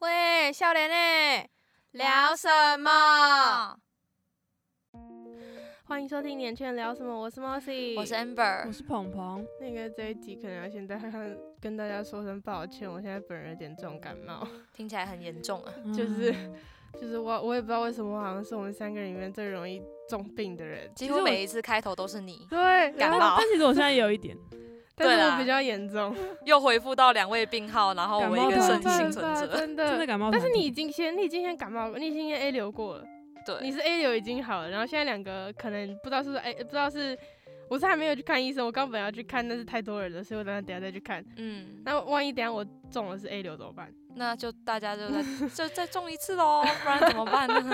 诶，少年诶，聊什 么？欢迎收听《年轻人聊什么》，我是 Mossy，我是 Amber，我是鹏鹏，那个这一集可能要先大家跟大家说声抱歉，我现在本人有点重感冒，听起来很严重啊。就是就是我我也不知道为什么，我好像是我们三个人里面最容易重病的人。几其实乎我每一次开头都是你，对，感然后冒 但其实我现在也有一点，对但是啦我比较严重， 又回复到两位病号，然后我感们冒一没个吧生吧幸存者。真真的的。感冒但产是品。你已经先，你已经先感冒，你已经先 A 流过了，你对，是 A 流已经好了，然后现在两个可能不知道是不是 A，不知道是，我是还没有去看医生，我刚本来要去看，但是太多人了，所以我等下等下再去看。嗯，那万一等下我中了是 A 流怎么办？那就大家就再就再中一次喽，不然怎么办呢？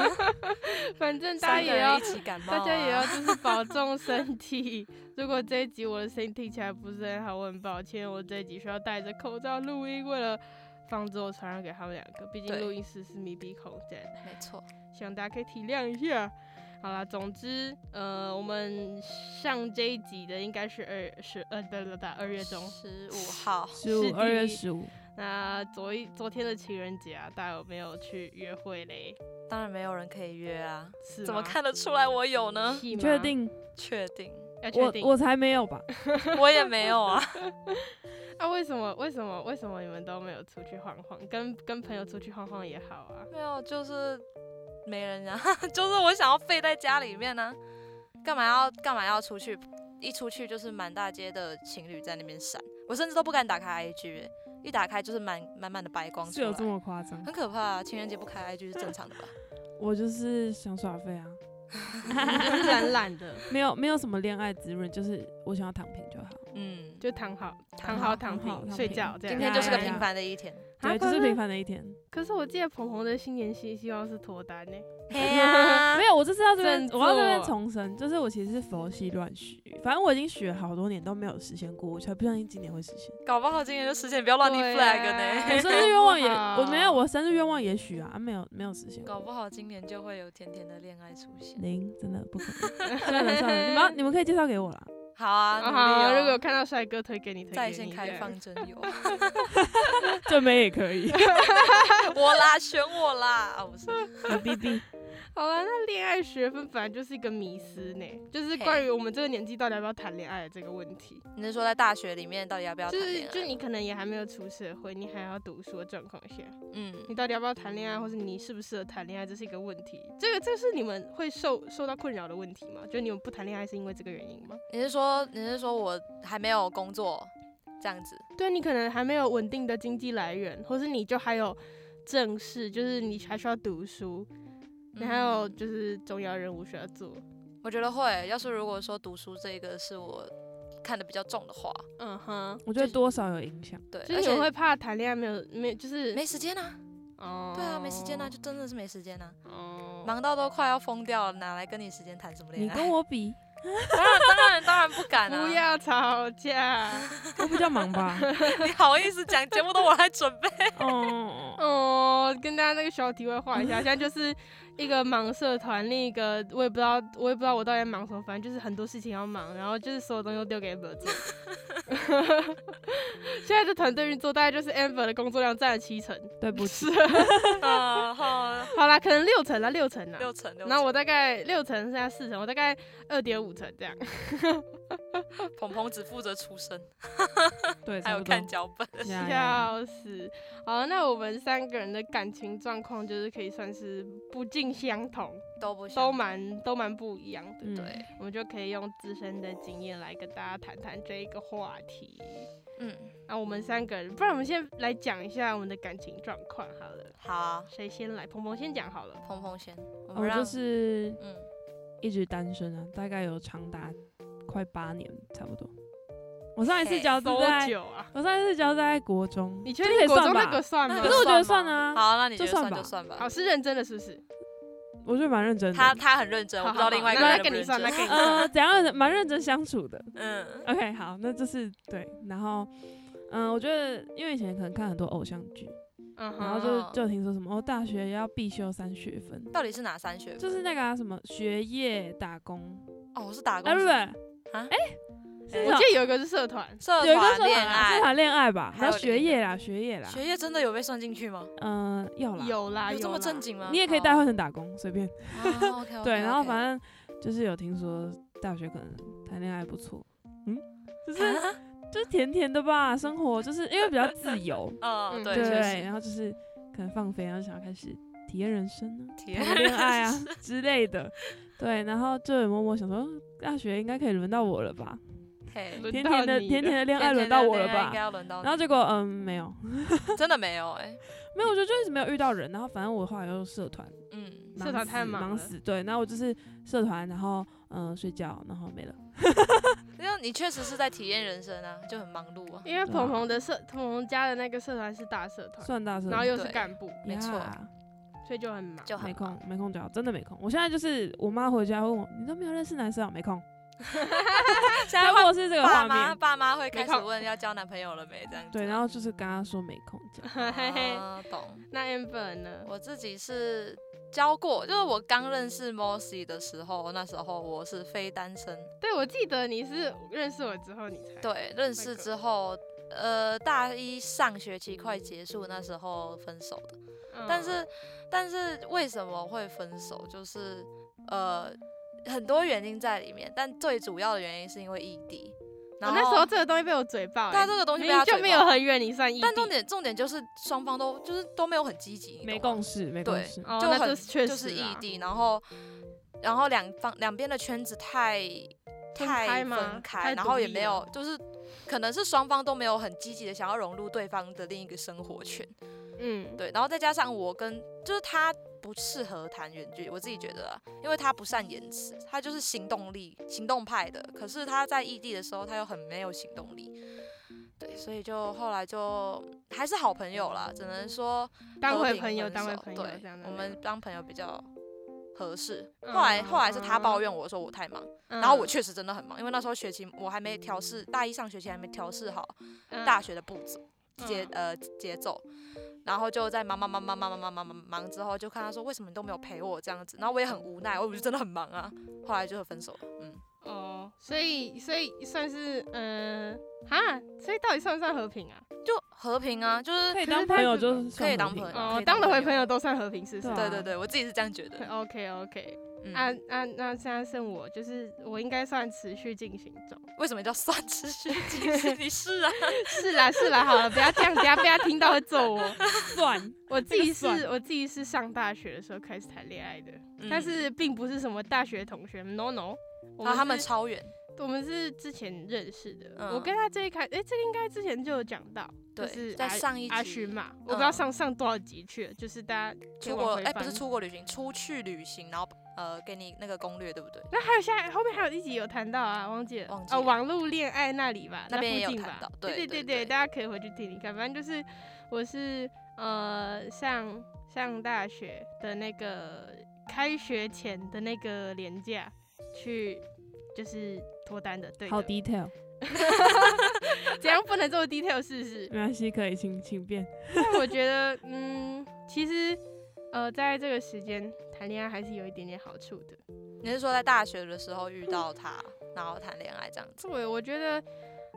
反正大三家个也人要一，起感冒啊，大家也要就是保重身体。如果这一集我的声音听起来不是很好，我很抱歉，我这一集需要戴着口罩录音，为了防止我传染给他们两个，毕竟对录音室是密闭空间。没错，希望大家可以体谅一下。好啦，总之，呃，我们上这一集的应该是二十呃，对对对，二月中。十五号，十五是二月第一十五，那昨一昨天的情人节啊，大家有没有去约会嘞？当然没有人可以约啊，是怎么吗？看得出来我有呢？是吗确？定？确定，要确我定。我才没有吧？我也没有啊。啊，为什么？为什么？为什么你们都没有出去晃晃？跟跟朋友出去晃晃也好啊。没有，就是没人啊， 就是我想要废在家里面呢、干嘛要干嘛要出去？一出去就是满大街的情侣在那边闪，我甚至都不敢打开 IG，、欸、一打开就是满满满的白光出是有来，这么夸张？很可怕、啊。情人节不开 IG 是正常的吧？我就是想耍废啊，就是懒懒的，没有没有什么恋爱滋润，就是我想要躺平就好。嗯， 就躺好，躺躺好，好躺躺好平，躺睡平觉这样。今天就是个呀呀平凡的一 天。啊对，就可是是平凡的一天。可是我记得鹏鹏的新年新希望是脱单呢、嘿呀没有，我这次要这边啊振，作我要这边重申，就是我其实是佛系乱许，反正我已经许了好多年都没有实现过，我才不相信今年会实现。搞不好今年就实现，不要乱立对 flag 啊呢。我生日愿望也，好我没 有，我生日愿望也许啊，啊没有没有实现过。搞不好今年就会有甜甜的恋爱出嗯现。零真的不可 能，算了算了，你们要你们可以介绍给我啦。好啊，努力啊哦如果有看到帅哥推给你，推给你在线这开样放真友，正妹也可以，我啦，选我啦！啊， 不是， 有 BB， 好了，那恋爱学分本来就是一个迷思呢，就是关于我们这个年纪到底要不要谈恋爱的这个问题。你是说在大学里面到底要不要就谈是恋爱？就你可能也还没有出社会，你还要读书的状况下，你嗯，到底要不要谈恋爱，或是你适不适合谈恋爱，这是一个问题。这个这是你们会受受到困扰的问题吗？就你们不谈恋爱是因为这个原因吗？你是说你是说我还没有工作这样子？对啊你可能还没有稳定的经济来源，或是你就还有正事，就是你还需要读书，你还有嗯就是重要任务需要做。我觉得会。要是如果说读书这个是我看的比较重的话，嗯哼，我觉得多少有影响。对，就呃而是你们且会怕谈恋爱没有没有就是没时间啊，哦，对啊，没时间啊，就真的是没时间啊，哦，忙到都快要疯掉了，哪来跟你时间谈什么你恋爱？跟我 比，当然 当然当 然不敢啊！不，要吵架。我比较忙吧。你好意思讲节目都我来准备，哦，哦，跟大家那个小体会画一下，现在就是一个忙社团，另一个我也不知道，我也不知道我到底在忙什么，反正就是很多事情要忙，然后就是所有东西都丢给 Amber 做。 现在这团队运作大概就是 Amber 的工作量占了七成，对不起， 啊，好 好啦，可能六成啦，六成 啦。六成六成。那我大概六成剩下四成，我大概二点五成这样。鹏鹏只负责出声， 对，还差有不多看。脚本。呀呀呀笑死！好，那我们三个人的感情状况就是可以算是不尽相同，都不都想蛮都蛮不一样的。嗯对，我们就可以用自身的经验来跟大家谈谈这一个话题。嗯，那我们三个人，不然我们先来讲一下我们的感情状况好了。好啊，谁先来？鹏鹏先讲好了。鹏鹏先，我们我让哦就是嗯，一直单身啊，大概有长达快八年，差不多。我上一次交是多在，久啊？我上一次交是在国中，你确这可定以国中算吧那个算吗？那可个是我觉算得算吗啊，好，那你就就算算吧就算吧好。是认真的，是不是？我觉得蛮认真他的。他很认真，我好不知道好好另外一个那人那认给不你认算，那真。 给你算。呃，怎样认蛮认真相处的。嗯 OK，好，那就是对。然后，嗯、我觉得因为以前可能看很多偶像剧，嗯然后哼，哦就就听说什么哦，大学要必修三学分，到底是哪三学分？就是那个、啊、什么学业、打工，哦，我是打工哎、不族对，哎、啊哎我记得有一个是社团，社有一个团社团恋啦，社爱，团恋爱吧，还还有有学业啦，学业啦，学业真的有被算进去吗？嗯、要啦，啊有啦，有这么啦正经吗？你也可以哦代换成打工，随便。哦 OK，OK， 对，然后 OK 反正就是有听说大学可能谈恋爱不错，嗯，就是啊，就是甜甜的吧，生活就是因为比较自由哦嗯，对，对，确实然后就是可能放飞，然后想要开始体验人生啊，体谈个恋爱啊之类的，对，然后就有默默想说，大学应该可以轮到我了吧，嘿轮甜到甜的你甜了甜的恋爱甜哎甜轮到的我了恋爱应吧该，要轮到你，然后结果嗯没有 真的没有哎，没有，我就就一直没有遇到人，然后反正我后来又社团，嗯，社团太忙忙了死，对，然后我就是社团，然后嗯、呃睡觉，然后没了。因为你确实是在体验人生啊，就很忙碌啊，因为对啊鹏鹏的社，鹏鹏家的那个社团是大社团，算大声，然后又是对干部，没错呀所以就很忙。就很没忙。空，啊没空教，真的没空。我现在就是我妈回家问我，你都没有认识男生啊？没空。现在她问我是这个爸画妈面，爸妈会开没始空问要交男朋友了没这样子吗。对，然后就是跟她说没空这 样。嘿嘿啊懂。那 amber 呢？我自己是交过，就是我刚认识 Mossy 的时候，那时候我是非单身。对，我记得你是认识我之后你才对，认识之后，呃，大一上学期快结束那时候分手的。嗯但是，但是为什么会分手？就是呃，很多原因在里面，但最主要的原因是因为异地。然我后哦那时候这个东西被我嘴爆欸，但这个东西被明明他就嘴没有爆很远，你算异但地重点重点就是双方都就是都没有很积极，你没懂吗共识，没共对识。哦，就那很这确实就是异啦，地，然后然后两方两边的圈子太分太开吗分开，太然独后也立没了有就是可能是双方都没有很积极的想要融入对方的另一个生活圈，嗯，对，然后再加上我跟就是他不适合谈远距离，我自己觉得啦，因为他不善言辞，他就是行动力行动派的，可是他在异地的时候他又很没有行动力。对，所以就后来就还是好朋友啦，只能说当和回平朋友，分当回手朋友对这样的。我们当朋友比较合适。后来后来是他抱怨我说我太忙，嗯，然后我确实真的很忙，因为那时候学期我还没调试，大一上学期还没调试好大学学的步骤嗯节呃节奏。然后就在忙忙忙忙忙忙忙忙忙忙之后，就看他说为什么你都没有陪我这样子，然后我也很无奈，我就真的很忙啊。后来就分手了，嗯，哦，所以所以算是嗯哈，所以到底算不算和平啊？就和平啊，就是可以可当是他朋友怎就么算可以当和平朋友啊呃可哦以，当当了朋回友朋友都算和平，是不对是啊对对对，我自己是这样觉得。 ？OK OK，嗯，啊啊，那现在剩我，就是我应该算持续进行中。为什么叫 算持续进行？你是啊，是啦是啦，好了，不要这样，等下被他听到会揍我。算，我自己是算我自己是上大学的时候开始谈恋爱的，但嗯啊是并不是什么大学同学，no no。我然后他们是超远，我们是之前认识的，嗯我跟他这一开，哎、这个应该之前就有讲到，就对，是在阿上一阿集勋嘛，我不知道嗯上上多少集去了，就是大家出往国，回哎、不是翻出国旅行，出去旅行，然后呃，给你那个攻略，对不对？那还有下后面还有一集有谈到啊，忘记了，忘记哦，了网络恋爱那里吧，那边也附有近谈吧，到对对对对对大家可以回去听听看，反正就是我是呃上上大学的那个呃开学前的那个年假去就是脱单的，对的好 detail，怎样不能做 detail 试试？ 没关系，可以请请便。但我觉得，嗯，其实，呃，在这个时间谈恋爱还是有一点点好处的。你是说在大学的时候遇到他，然后谈恋爱这样子？对，我觉得，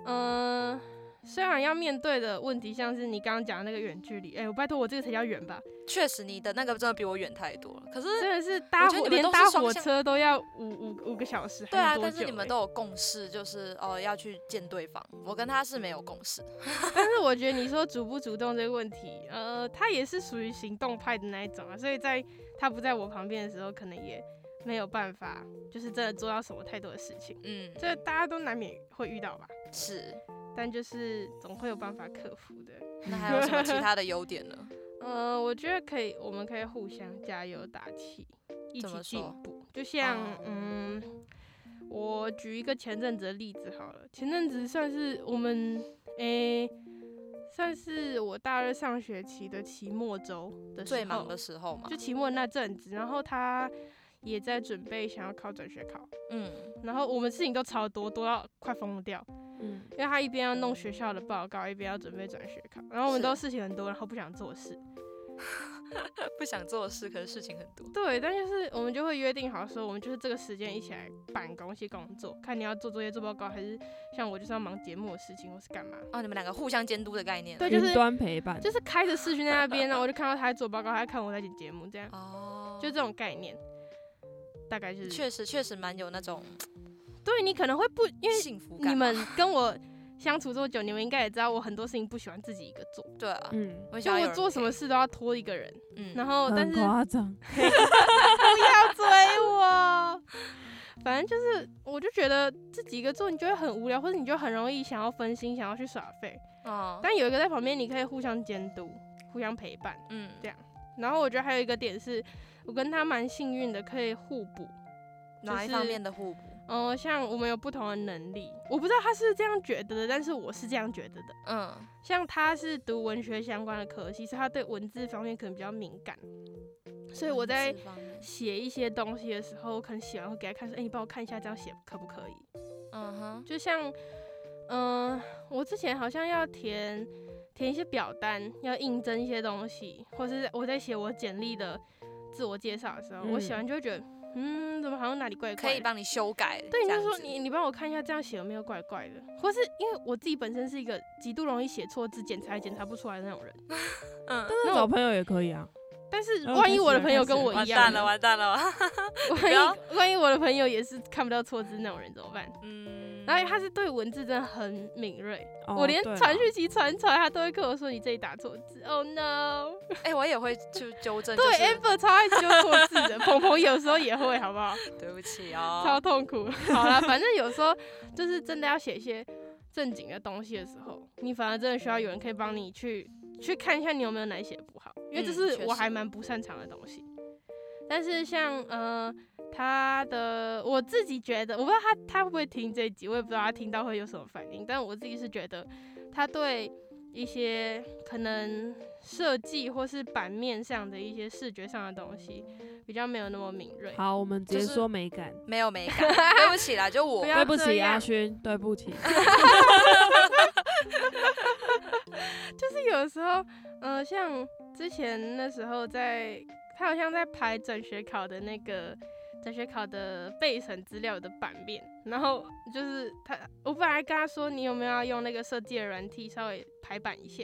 嗯、虽然要面对的问题像是你刚刚讲的那个远距离，哎、我拜托我这个才叫远吧，确实，你的那个真的比我远太多了。可是，真的是搭我觉得火你们连都是搭双火向车都要五五五个小时，对啊还，多但久是你们欸都有共识，就是哦要去见对方。我跟他是没有共识，但是我觉得你说主不主动这个问题，呃，他也是属于行动派的那一种啊，所以在他不在我旁边的时候，可能也没有办法，就是真的做到什么太多的事情。嗯，这大家都难免会遇到吧，是。但就是总会有办法克服的。那还有什么其他的优点 呢？呃，我觉得可以，我们可以互相加油打气，一怎起么进说步。就像、哦嗯，我举一个前阵子的例子好了，前阵子算是我们诶、算是我大二上学期的期末周的时候，最忙的时候嘛就，期末那阵子，然后他也在准备想要考转学考，嗯，然后我们事情都超多，多到快疯掉。嗯，因为他一边要弄学校的报告，一边要准备转学考，然后我们是 都事情很多，然后不想做事。不想做的事，可是事情很多。对，但就是我们就会约定好说，我们就是这个时间一起来办公、一起工作，看你要做作业、做报告，还是像我就是要忙节目的事情，或是干嘛。哦，你们两个互相监督的概念。啊对就是云端陪伴，就是开着视讯在那边，然后我就看到他在做报告，他在看我在剪节目，这样哦，就这种概念，大概就是。确实确实蛮有那种对你可能会不， 因为幸福感嘛。你们跟我相处这么久，你们应该也知道，我很多事情不喜欢自己一个做，对啊，嗯，我就想要有我人做什陪么，事都要拖一个人，嗯然后哦但很是夸张，他追我。反正就是，我就觉得自己一个做，你就会很无聊，或者你就很容易想要分心，想要去耍废。哦，但有一个在旁边，你可以互相监督、互相陪伴。嗯，对然后我觉得还有一个点是，我跟他蛮幸运的，可以互补。哪一就是方面的互补？嗯、像我们有不同的能力，我不知道他是这样觉得的，但是我是这样觉得的。嗯，像他是读文学相关的科系，所以他对文字方面可能比较敏感，所以我在文字方面写一些东西的时候，我可能写完会给他看，说：“哎、你帮我看一下，这样写可不可以嗯？”哼，就像，嗯、我之前好像要填填一些表单，要应征一些东西，或是我在写我简历的自我介绍的时候，我写嗯完就会觉得，嗯，怎么好像哪里怪怪可的？以帮你修改。对，你这样就说子你你帮我看一下，这样写有没有怪怪的？或是因为我自己本身是一个极度容易写错字、检查也检查不出来的那种人， 嗯，那那找我朋友也可以啊，但是然后万开一始我的了朋开友始跟了我完一样蛋呢，了，完蛋了，万一万一 我的朋友也是看不到错字那种人怎么办？嗯，然后他是对文字真的很敏锐，哦我连对啦传讯息传出来，他都会跟我说你这里打错字。Oh no！哎，我也会去纠正，对就是，amber 超爱纠错字的， 鹏鹏有时候也会，好不好？对不起哦超，痛苦。 好啦，反正有时候就是真的要写一些正经的东西的时候，你反而真的需要有人可以帮你去去看一下你有没有哪里写得不好，因为这嗯是确我实还蛮不擅长的东西。但是像呃他的我自己觉得，我不知道他他会不会听这一集，我也不知道他听到会有什么反应，但我自己是觉得他对一些可能设计或是版面上的一些视觉上的东西比较没有那么敏锐。好，我们直就接是说美感，没有美感，对不起啦，就我不要对不这起样阿勋，对不起，就是有时候，嗯、像之前那时候在，他好像在排转学考的那个转学考的备审资料的版面，然后就是他，我本来跟他说你有没有要用那个设计的软体稍微排版一下，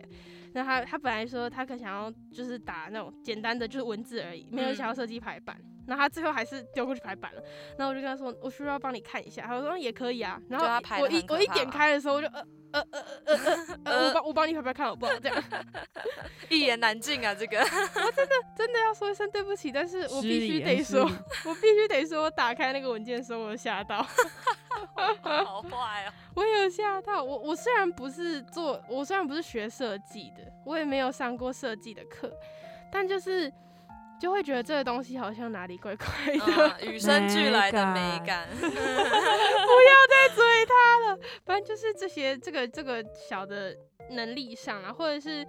然后他他本来说他可想要就是打那种简单的就是文字而已，没有嗯想要设计排版。然后他最后还是丢过去排版了，然后我就跟他说，我需要帮你看一下，他说嗯也可以啊。然后对他排得我一很可我一怕点啊开的时候，我就呃呃呃呃呃呃 呃，我帮我帮你排排看好不好？这样，一言难尽啊，这 个真的要说一声对不起，但是我失必啊须礼得，说很，失礼我必须得说，我打开那个文件的时候，我有吓到，好坏 哦，我有吓到。我我虽然不是做，我虽然不是学设计的，我也没有上过设计的课，但就是就会觉得这个东西好像哪里怪怪的，嗯与生俱来的美美 感，追他了。反正就是这些，这个这个小的能力上啊，或者是。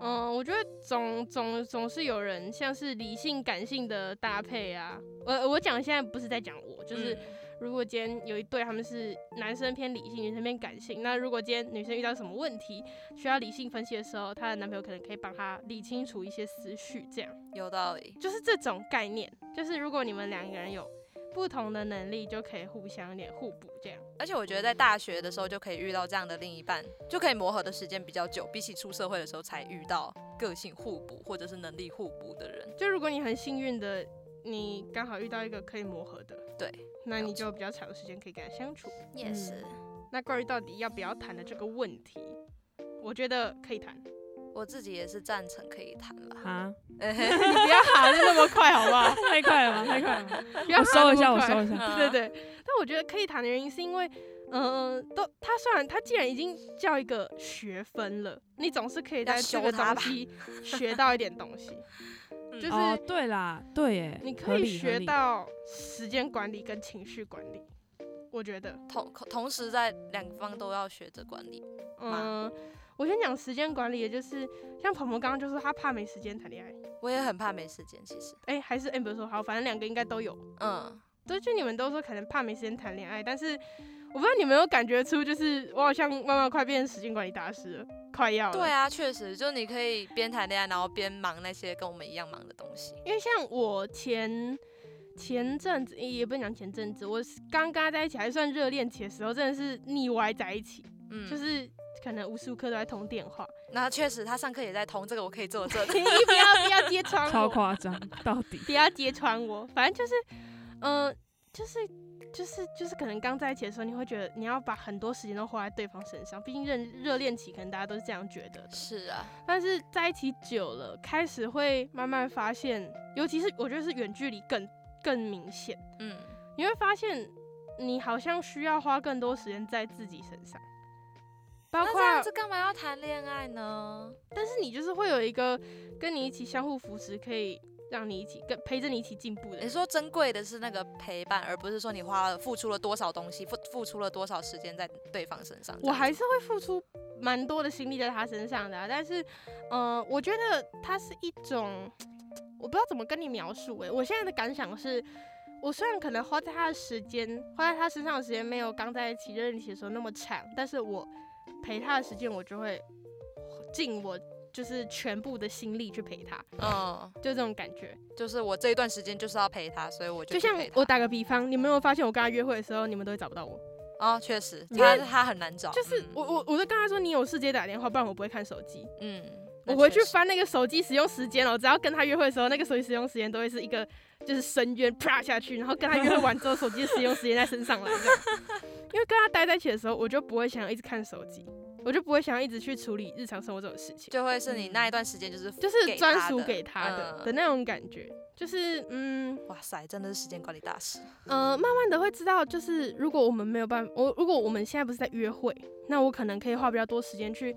嗯，我觉得总总总是有人像是理性感性的搭配啊，我我讲现在不是在讲我，就是嗯如果今天有一对他们是男生偏理性，女生偏感性，那如果今天女生遇到什么问题需要理性分析的时候，她的男朋友可能可以帮她理清楚一些思绪，这样嗯有道理，就是这种概念。就是如果你们两个人有不同的能力，就可以互相有点互补，这样。而且我觉得在大学的时候就可以遇到这样的另一半，就可以磨合的时间比较久，比起出社会的时候才遇到个性互补或者是能力互补的人。就如果你很幸运的，你刚好遇到一个可以磨合的，对，那你就比较长的时间可以跟他相处。也是，那关于到底要不要谈的这个问题，我觉得可以谈，你我自己也是赞成可以谈啦。 啊，不要喊的那么快，好不好？ 太快了吧，太快了吧，不要我收喊一下，那么我快收一下，嗯 对对对，但我觉得可以谈的原因是因为，嗯、都他虽然他既然已经叫一个学分了，你总是可以在要这修个它东吧西学到一点东西，嗯就是哦，对啦，对耶，你合可以理合学理到时间管理跟情绪管理。我觉得， 同同时在两方都要学着管理。嗯、我先讲时间管理，也就是像鹏鹏刚刚就说他怕没时间谈恋爱，我也很怕没时间，其实，哎、还是 amber 说好，反正两个应该都有。嗯，对，就你们都说可能怕没时间谈恋爱，但是我不知道你们有没有感觉出，就是我好像慢慢快变成时间管理大师了。快要了。对啊，确实，就你可以边谈恋爱，然后边忙那些跟我们一样忙的东西。因为像我前前阵子也不能讲前阵子，我是刚跟他在一起还算热恋期的时候，真的是腻歪在一起，嗯，就，是可能无时无刻都在通电话。 那确实他上课也在通，这个我可以作证。你不要不要揭穿超我，夸张，到底不要揭穿我，反正就是，嗯、就是。就是就是可能刚在一起的时候，你会觉得你要把很多时间都花在对方身上，毕竟热热恋期可能大家都是这样觉得的。是啊，但是在一起久了，开始会慢慢发现，尤其是我觉得是远距离更更明显，嗯，你会发现你好像需要花更多时间在自己身上，包那括这样子干嘛要谈恋爱呢？但是你就是会有一个跟你一起相互扶持，可以让你一起跟陪着你一起进步的人你说珍贵的是那个陪伴，而不是说你花了付出了多少东西，付付出了多少时间在对方身上。这我样还子是会付出蛮多的心力在他身上的啊、但是，呃，我觉得它是一种，我不知道怎么跟你描述欸诶、我现在的感想是，我虽然可能花在他的时间，花在他身上的时间没有刚在一起热恋期的时候那么长，但是我陪他的时间，我就会尽我就是全部的心力去陪他，嗯，就这种感觉。就是我这一段时间就是要陪他，所以我就就去像陪他我打个比方，你们有没有发现我跟他约会的时候，你们都会找不到我？哦，确实因他为他很难找，就是嗯我我我就跟他说，你有事直接打电话，不然我不会看手机。嗯，我那回确去实翻那个手机使用时间了，我哦只要跟他约会的时候，那个手机使用时间都会是一个就是深渊啪下去，然后跟他约会完之后，手机的使用时间在身上来这样。因为跟他待在一起的时候，我就不会想要一直看手机，我就不会想要一直去处理日常生活中的事情，就会是你那一段时间就是就是给专他属的给他的嗯的那种感觉。就是嗯哇塞，真的是时间管理大师。呃，慢慢的会知道，就是如果我们没有办法，我如果我们现在不是在约会，那我可能可以花比较多时间去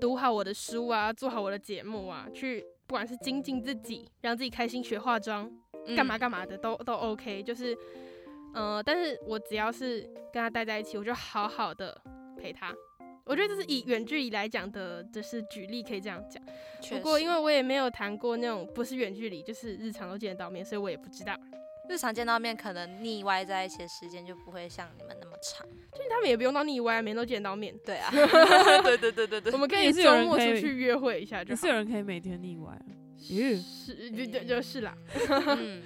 读好我的书啊，做好我的节目啊，去不管是精进自己，让自己开心，学化妆，干嘛嗯干嘛的都都 OK。就是，呃，但是我只要是跟他待在一起，我就好好的陪他。我觉得这是以远距离来讲的，就是举例可以这样讲。确不过实因为我也没有谈过那种不是远距离，就是日常都见得到面，所以我也不知道。日常见到面，可能腻歪在一起的时间就不会像你们那么长。就是他们也不用到腻歪，每天都见得到面。 对啊，对对对对我 对，们可那以也是有周人末可出以去约会一下就也好是。有人可以每天腻歪啊。咦，是，就就就是啦。嗯，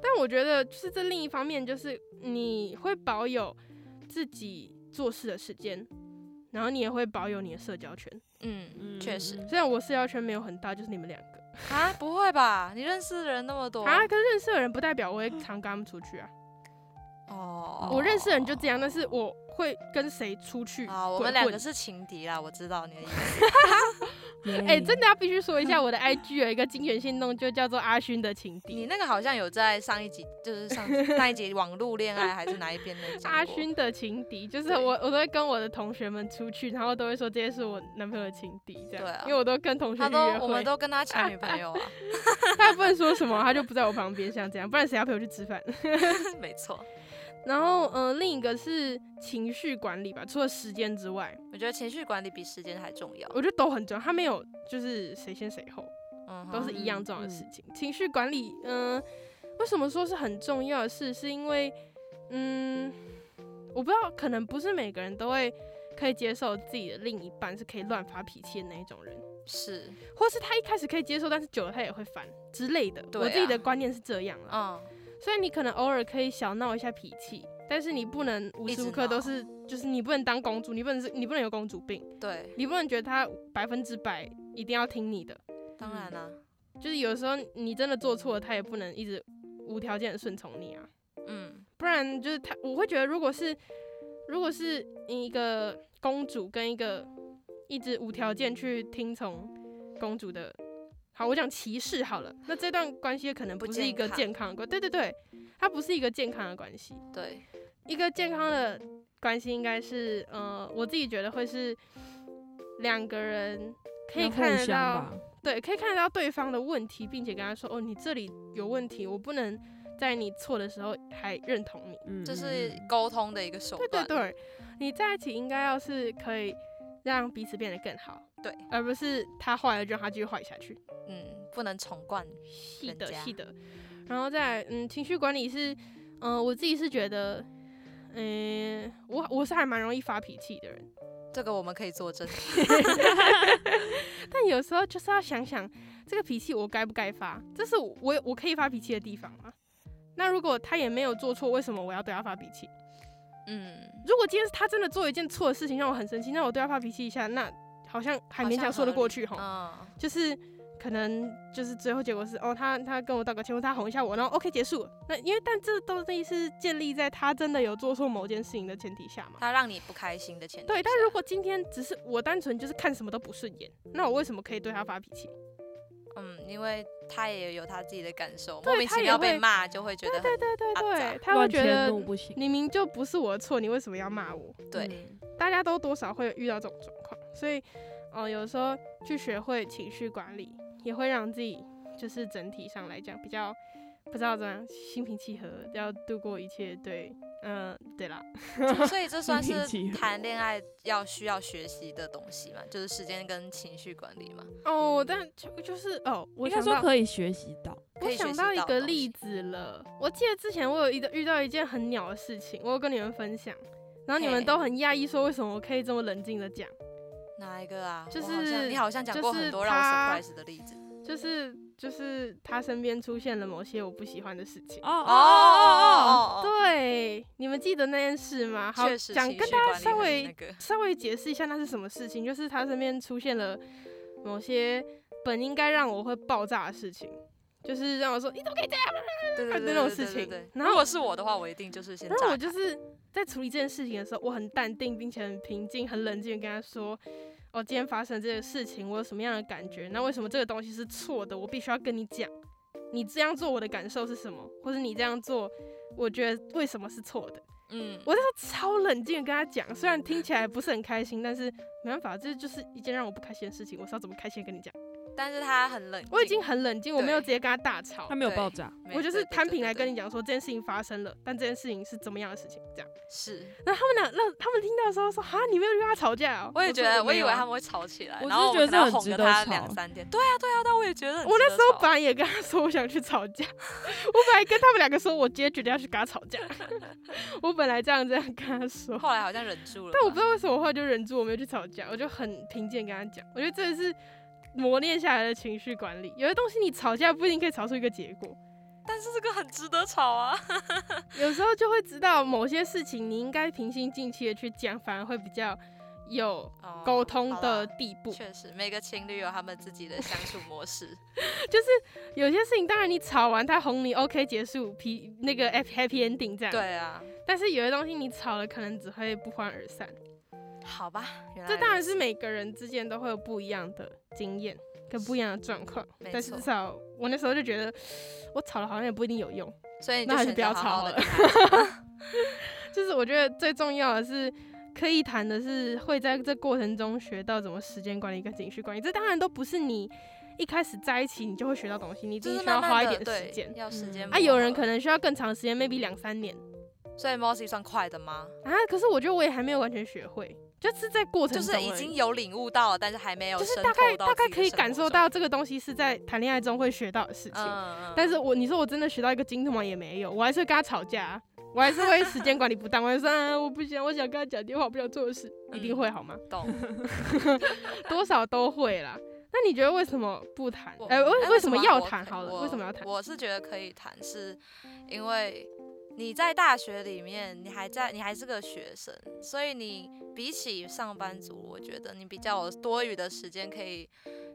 但我觉得，就是这另一方面，就是你会保有自己做事的时间，然后你也会保有你的社交圈。嗯，嗯确实虽然我社交圈没有很大，就是你们两个啊，不会吧？你认识的人那么多啊，跟认识的人不代表我会常跟他们出去啊。哦，我认识的人就这样，但是我会跟谁出去啊，我鬼们两混个是情敌啦，我知道你的意思。 哎、耶真的要必须说一下，我的 IG 有一个精选性动，就叫做阿勋的情你敌。那个好像有在上一集，就是上那一集网络恋爱还是哪一边的讲阿过勋的情敌，就是对我，我都会跟我的同学们出去，然后都会说这些是我男朋友的情敌，这样，对啊因为我都跟同学他去都约我们会，都跟他抢女朋友啊，他也不能说什么，他就不在我旁边，像这样，不然谁要陪我去吃饭？ 没错。然后，嗯、另一个是情绪管理吧，除了时间之外，我觉得情绪管理比时间还重要。我觉得都很重要，他没有就是谁先谁后，嗯哼，都是一样重要的嗯事情。情绪管理，嗯、为什么说是很重要的事？是因为，嗯，我不知道，可能不是每个人都会可以接受自己的另一半是可以乱发脾气的那一种人，是，或是他一开始可以接受，但是久了他也会烦之类的。对我自己啊的观念是这样啊，嗯，所以你可能偶尔可以小闹一下脾气。但是你不能无一时直无刻都闹是，就是你不能当公主，你不能是，你不能有公主病，对，你不能觉得他百分之百一定要听你的，当然啦、就是有时候你真的做错了，他也不能一直无条件的顺从你啊，嗯，不然就是他，我会觉得如果是如果是一个公主跟一个一直无条件去听从公主的，好，我讲歧视好了，那这段关系可能不不是一健个康健康的关，对对对，它不是一个健康的关系，嗯对，一个健康的关系应该是，呃，我自己觉得会是两个人可以要互看得相到。吧对，可以看得到对方的问题，并且跟他说：“哦，你这里有问题，我不能在你错的时候还认同你。嗯，这嗯是嗯沟通的一个”手对对段。对，你在一起应该要是可以让彼此变得更好，对，而不是他坏了就让他继续坏下去。嗯，不能宠惯。细人的家细的，然后再来嗯，情绪管理是，呃嗯、我自己是觉得，嗯、我我是还蛮容易发脾气的人，这个我们可以作证。 但有时候就是要想想，这个脾气我该不该发？这是我我可以发脾气的地方吗？那如果他也没有做错，为什么我要对他发脾气？嗯，如果今天是他真的做一件错的事情让我很生气，那我对他发脾气一下，那好像还勉强说得过去吼。嗯，就是可能就是最后结果是哦，他他跟我道个歉，或他哄一下我，然后 OK 结束了。那因为但这都是是建立在他真的有做错某件事情的前提下嘛。他让你不开心的前提下。对，但如果今天只是我单纯就是看什么都不顺眼，那我为什么可以对他发脾气？嗯，因为他也有他自己的感受，对莫名他其也妙会被骂就会觉得很对对对阿对杂，他会乱觉迁得怒不行。明明就不是我的错，你为什么要骂我？对，嗯大家都多少会有遇到这种状况，所以，呃，有时候去学会情绪管理，也会让自己就是整体上来讲比较不知道怎样心平气和，要度过一切。对，嗯、对啦，所以这 算心是平气和谈恋爱要需要学习的东西嘛，就是时间跟情绪管理嘛。哦，但就就是哦，我应该想说到可以学习到，我可以学想习到一到的个东例西子了，我记得之前我有遇到遇到一件很鸟的事情，我有跟你们分享，然后你们嘿都很讶异说为什么我可以这么冷静的讲。哪一个啊？就我好像是你好像讲就过是很多让我他 surprise 的例子。就是就是他身边出现了某些我不喜欢的事情。哦哦哦哦哦哦，哦哦，对，你们记得那件事吗？好，确实讲情跟绪大家管理稍很微那个，稍微解释一下那是什么事情，就是他身边出现了某些本应该让我会爆炸的事情，就是让我说你怎么可以这样？对对啊对那种对对事对情对对然如后果是我的话，我一定就是先炸然后我开。就是在处理这件事情的时候，我很淡定，并且很平静、很冷静的跟他说：“哦，今天发生这个事情，我有什么样的感觉？那为什么这个东西是错的？我必须要跟你讲，你这样做我的感受是什么，或者你这样做，我觉得为什么是错的？”嗯，我那时候超冷静的跟他讲，虽然听起来不是很开心，但是没办法，这就是一件让我不开心的事情，我是要怎么开心地跟你讲？但是他很冷静，我已经很冷静，我没有对直接跟他大吵他，没有对爆炸，没我就是对对摊对平对来对跟你讲说这件事情发生了，但这件事情是怎么样的事情，这样。是，然后他们俩让他们听到的时候说：“哈，你没有跟他吵架、哦？”我也觉说得，我没以有为啊他们会吵起来，我然是后觉得可这能要很哄值个得他吵两三天。对啊，对啊，但我也觉得很我那值时得候吵本来也跟他说我想去吵架，我本来跟他们两个说，我今天决定要去跟他吵 架。 我本来这样这样跟他说，后来好像忍住了吧，但我不知道为什么后来就忍住，我没有去吵架，我就很平静地跟他讲。我觉得这是磨练下来的情绪管理，有些东西你吵架不一定可以吵出一个结果，但是这个很值得吵啊。有时候就会知道某些事情你应该平心静气的去讲，反而会比较有哦沟通好的啦地步。确实，每个情侣有他们自己的相处模式。就是有些事情，当然你吵完他哄你 OK 结束，皮那个 happy happy ending 这样。。嗯对啊，但是有些东西你吵了，可能只会不欢而散。好吧，原来这当然如是每个人之间都会有不一样的经验跟不一样的状况。没但是错至少我那时候就觉得，我吵了好像也不一定有用。此，所以你那就还是选不要择好吵好的了 就是我觉得最重要的是。可以谈的是会在这过程中学到怎么时间管理跟情绪管理，这当然都不是你一开始在一起你就会学到东西，你就只是需要慢慢花一地点时对间。要时间嗯磨合。啊，有人可能需要更长时间，maybe 两三年所以 Mossy 算快的吗？啊。可是我觉得我也还没有完全学会，就是在过程就是中已而已经有领悟到了，但是还没有就是渗大概透到大概自己的可以生感活受中到这个东西是在谈恋爱中会学到的事情。嗯，但是是我你说我真的学到一个精通吗？也没有，我还是会跟他吵架啊，我还是会时间管理不当，我还是说、啊、我不想我想跟他讲电话，我不想做的事，一定嗯会好吗？懂。多少都会啦。那你觉得为什么不谈我？哎、为哎为什么要我谈？可好了，我为什么要谈？我是觉得可以谈，是因为你在大学里面，你还在，你还是个学生，所以你比起上班族，我觉得你比较有多余的时间可以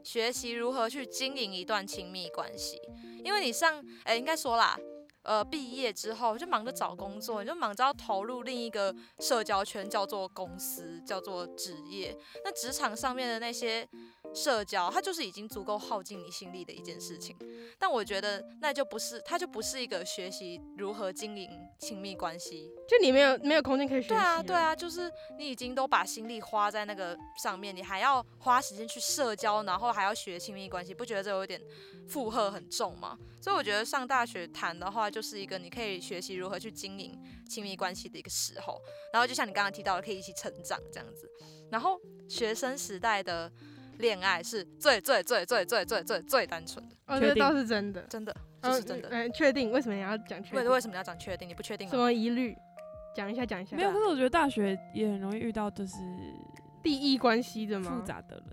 学习如何去经营一段亲密关系，因为你上，哎、应该说啦。呃，毕业之后就忙着找工作，你就忙着要投入另一个社交圈，叫做公司，叫做职业。那职场上面的那些社交，它就是已经足够耗尽你心力的一件事情。但我觉得那就不是，它就不是一个学习如何经营亲密关系。就你没有没有空间可以学习。对啊，对。啊，就是你已经都把心力花在那个上面，你还要花时间去社交，然后还要学亲密关系，不觉得这有点负荷很重吗？所以我觉得上大学谈的话，就是一个你可以学习如何去经营亲密关系的一个时候。然后就像你刚刚提到的，可以一起成长这样子。然后学生时代的恋爱是最最最最最最最最单纯的，哦，确这定倒是真的。真的，这是真的。嗯，确定？为什么你要讲确为定？为什么要讲确定？你不确定什吗？么疑虑？讲一下，讲一下。没有。可对啊是我觉得大学也很容易遇到，就是利益关系的吗？复杂的人，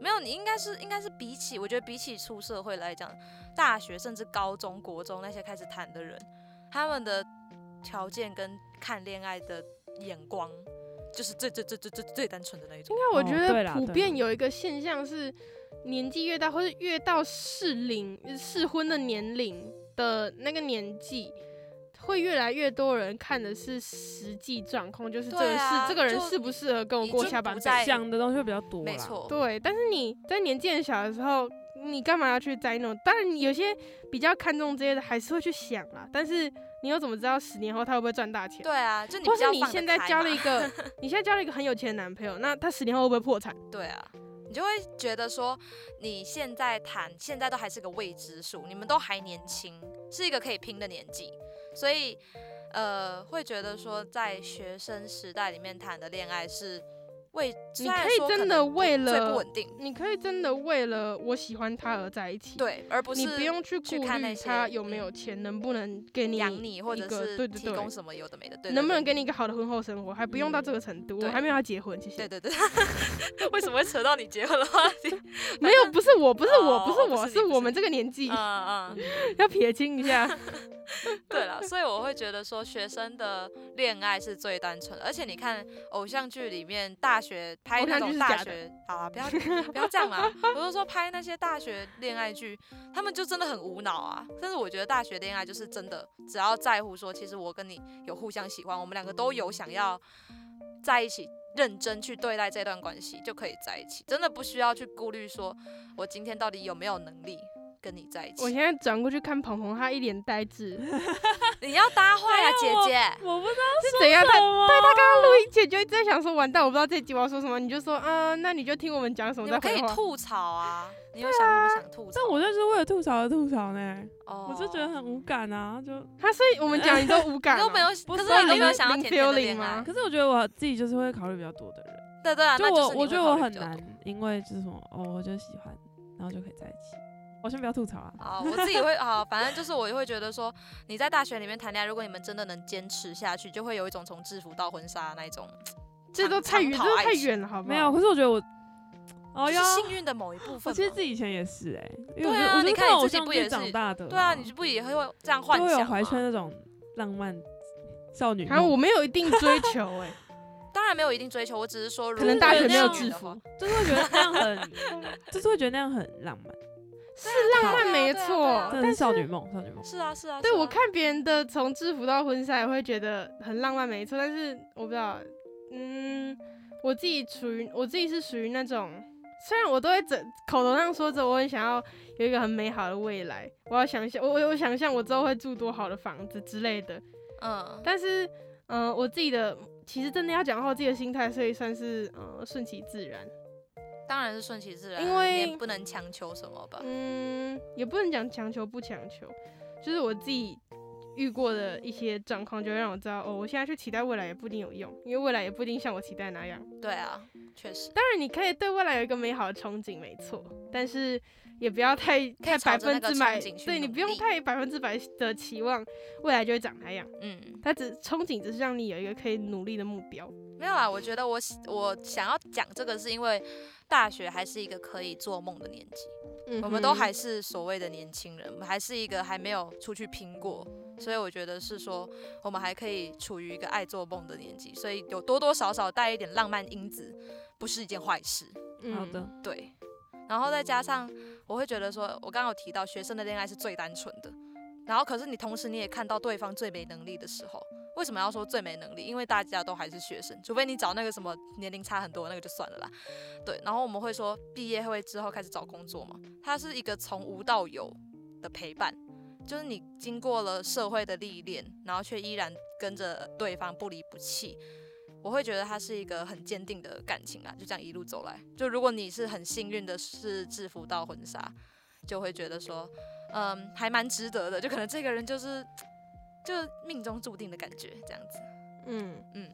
没有，你应该是应该是比起，我觉得比起出社会来讲，大学甚至高中国中那些开始谈的人，他们的条件跟看恋爱的眼光，就是最最最最最最单纯的那一种。那我哦觉对得啦普对遍啦有一个现象是，年纪越大，或是越到适龄呃适婚的年龄的那个年纪，会越来越多人看的是实际状况，就是这对个事，啊这个人就适不适合跟我已过经下不半辈子。在想的东西会比较多啦。没，错，对，但是你在年纪很小的时候，你干嘛要去栽弄？当然，有些比较看重这些的，还是会去想啦。但是你又怎么知道十年后他会不会赚大钱？对啊，就你或比是较你放得现在开交了嘛一个，你现在交了一个很有钱的男朋友，那他十年后会不会破产？对啊，你就会觉得说，你现在谈，现在都还是个未知数，你们都还年轻，是一个可以拼的年纪，所以，呃，会觉得说，在学生时代里面谈的恋爱是为，虽你然可以说真能的不最为不了稳定，你可以真的为了我喜欢他而在一起，，对，而不是你不用去去顾看那虑他些有嗯没有钱，能不能给你，养你或一者个是对对提供对什么有的没的，对，能不能对给你一个好的婚后生活，还不用到这个程度，我对还没有要结婚，谢对谢。对对， 为什么会扯到你结婚的话 题？没有，不是我，不是我，不哦是不我，是是你不我是们这个年纪嗯嗯。要撇清一下。对了，所以我会觉得说，学生的恋爱是最单纯的，而且你看偶像剧里面，大学拍偶那像种剧是大假的学，好啊，不要 不要这样啦，我是说拍那些大学恋爱剧，他们就真的很无脑啊。但是我觉得大学恋爱就是真的，只要在乎说，其实我跟你有互相喜欢，我们两个都有想要在一起。认真去对待这段关系就可以在一起，真的不需要去顾虑说，我今天到底有没有能力跟你在一我起。现在转过去看鹏鹏，他一脸 呆滞，是你要搭 话哎呀，姐没有我姐。我不知怎样？道他么。对他刚他录一姐就一直在想说，完蛋，我不知道这集我要说什么，你就说啊，那你就听我们讲什么你再们可回以话。吐槽 啊，你有想你们想吐槽？啊但我就是为了吐槽而吐槽呢，哦嗯我就觉得很无感啊，就他所以我们讲你都无 感你哦、都没有，可是是啊你都没因有为想要零甜甜的 feeling 恋爱吗，可是我觉得我自己就是会考虑比较多的人，对对啊，那就我是你我会觉得考我虑很比较难多。，因为就是什么哦，我就喜欢，然后就可以在一起。我先不要吐槽啊，好，哦我 自己会好，反正就是我会觉得说，你在大学里面谈恋爱，如果你们真的能坚持下去，就会有一种从制服到婚纱那一种，这都太远，这长都跑爱太情远了，好不好？没有。可是我觉得我，哦就哟是，幸运的某一部我分其实嘛。自己以前也是哎，因为我对就啊我就你是看看你偶自己像不剧也是长大的，对啊，你就不也会这样幻都会有想怀揣吗？那种浪漫少女梦。反正我没有一定追求、 哎，当然没有一定追求，我只是说，可能大学没有制服，就是会觉得那样很，就是会觉得那样很浪漫，是啊浪漫没对啊错对啊，真的但是是少女梦，少女梦。是啊是啊。对是啊我，看别人的从制服到婚纱也会觉得很浪漫没错，但是我不知道，嗯，我自己处于我自己是属于那种。虽然我都会整口头上说着我很想要有一个很美好的未来，我要想象我我我想象我之后会住多好的房子之类的，嗯，但是，嗯、我自己的其实真的要讲的话，我自己的心态，所以算是嗯顺其自然。当然是顺其自然啊，因为你也不能强求什么吧。嗯，也不能讲强求不强求，就是我自己遇过的一些状况，就会让我知道哦，我现在去期待未来也不一定有用，因为未来也不一定像我期待那样。对啊，确实。当然，你可以对未来有一个美好的憧憬，没错，但是也不要太可以太朝百着那分个之百憧憬去，对你努不用力太百分之百的期望未来就会长那样，嗯，它只憧憬只是让你有一个可以努力的目标。没有啦，我觉得我喜我想要讲这个是因为大学还是一个可以做梦的年纪，嗯我们都哼还是所谓的年轻人，我们还是一个还没有出去拼过，所以我觉得是说我们还可以处于一个爱做梦的年纪，所以有多多少少带一点浪漫因子，不是一件坏事。嗯好的，对，然后再加上我会觉得说，我刚刚有提到学生的恋爱是最单纯的，然后可是你同时你也看到对方最没能力的时候。为什么要说最没能力？因为大家都还是学生，除非你找那个什么年龄差很多那个就算了啦。对，然后我们会说毕业会之后开始找工作嘛，它是一个从无到有的陪伴，就是你经过了社会的历练，然后却依然跟着对方不离不弃，我会觉得它是一个很坚定的感情啊，就这样一路走来。就如果你是很幸运的是制服到婚纱，就会觉得说，嗯，还蛮值得的。就可能这个人就是就是命中注定的感觉这样子，嗯。嗯。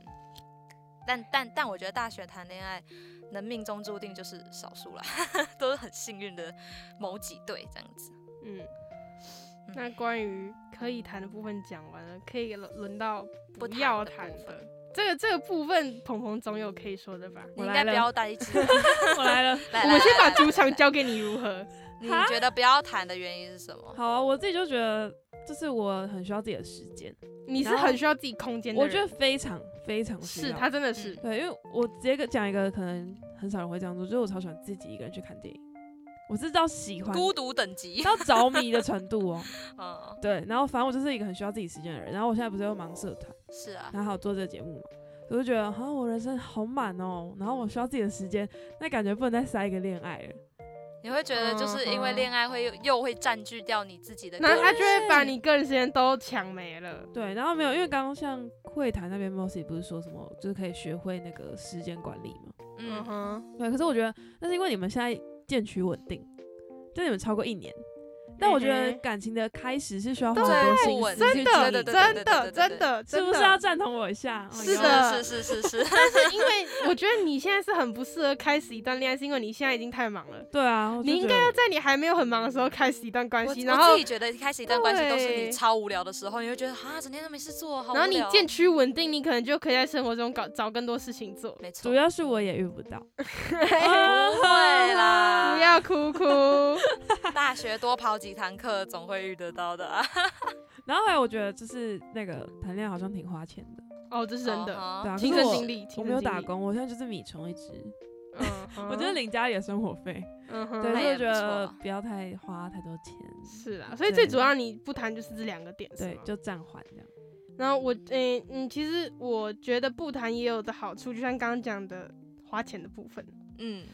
但但但我觉得大学谈恋爱能命中注定就是少数啦， 都是很幸运的某几对这样子。嗯嗯，那关于可以谈的部分讲完了，可以轮轮到不不谈要的部谈分的。这个这个部分，鹏鹏总有可以说的吧？你我应来该不了要带一 只。我来了。来我们先 把主主场交给你，如何？你哈觉得不要谈的原因是什么？好啊，我自己就觉得，就是我很需要自己的时间，你是然后很需要自己空间的我人，觉得非常非常需是要。他真的 嗯是，对，因为我直接讲一个可能很少人会这样做，就是我超喜欢自己一个人去看电影，我是到喜欢孤独等级。到着迷的程度哦。 嗯，对，然后反正我就是一个很需要自己时间的人，然后我现在不是又忙社团，是啊，然后还有做这个节目嘛，我就觉得好像我人生好满哦，然后我需要自己的时间，那感觉不能再塞一个恋爱了。你会觉得就是因为恋爱会又又会占据掉你自己的个那人，他就会把你个人时间都抢没了。对，然后没有，因为刚刚像会谈那边 Mossy 不是说什么，就是可以学会那个时间管理嘛。嗯嗯，哼，对，可是我觉得那是因为你们现在渐趋稳定，就你们超过一年。但我觉嗯得哼感情的开始是需要花对很多不心稳思定真去处的，理对对对真对的，真对的，是真不的是要赞同我一下？哦是有是的是是是是，但是因 为我觉得你现在是很不适合开始一段恋爱，是因为你现在已经太忙了。对啊，你应该要在你还没有很忙的时候开始一段 关我系，然我后自己觉得开始一段关系都是你对超无聊的时候，你会觉得啊，整天都没事做，好无然聊。后你渐趋稳定，你可能就可以在生活中搞找更多事情做。没错，主要是我也遇不到， 不会啦，不要哭哭，大学多跑几堂课，总会遇得到的啊。 然后还有我觉得就是那个谈恋爱好像挺花钱的，哦，这是真的，嗯哼对啊，可亲是身我经历，我亲身没有经打历，工，我现在就是米虫一只，嗯 哼我就是领家里的生活费，嗯对，那哼，所以也我不觉得错不要太花太多钱，啊是啦，所以对最主要你不谈就是这两个点，是啊对吗，就暂缓这样。然后我，诶、嗯，其实我觉得不谈也有的好处，就像刚刚讲的花钱的部分。嗯，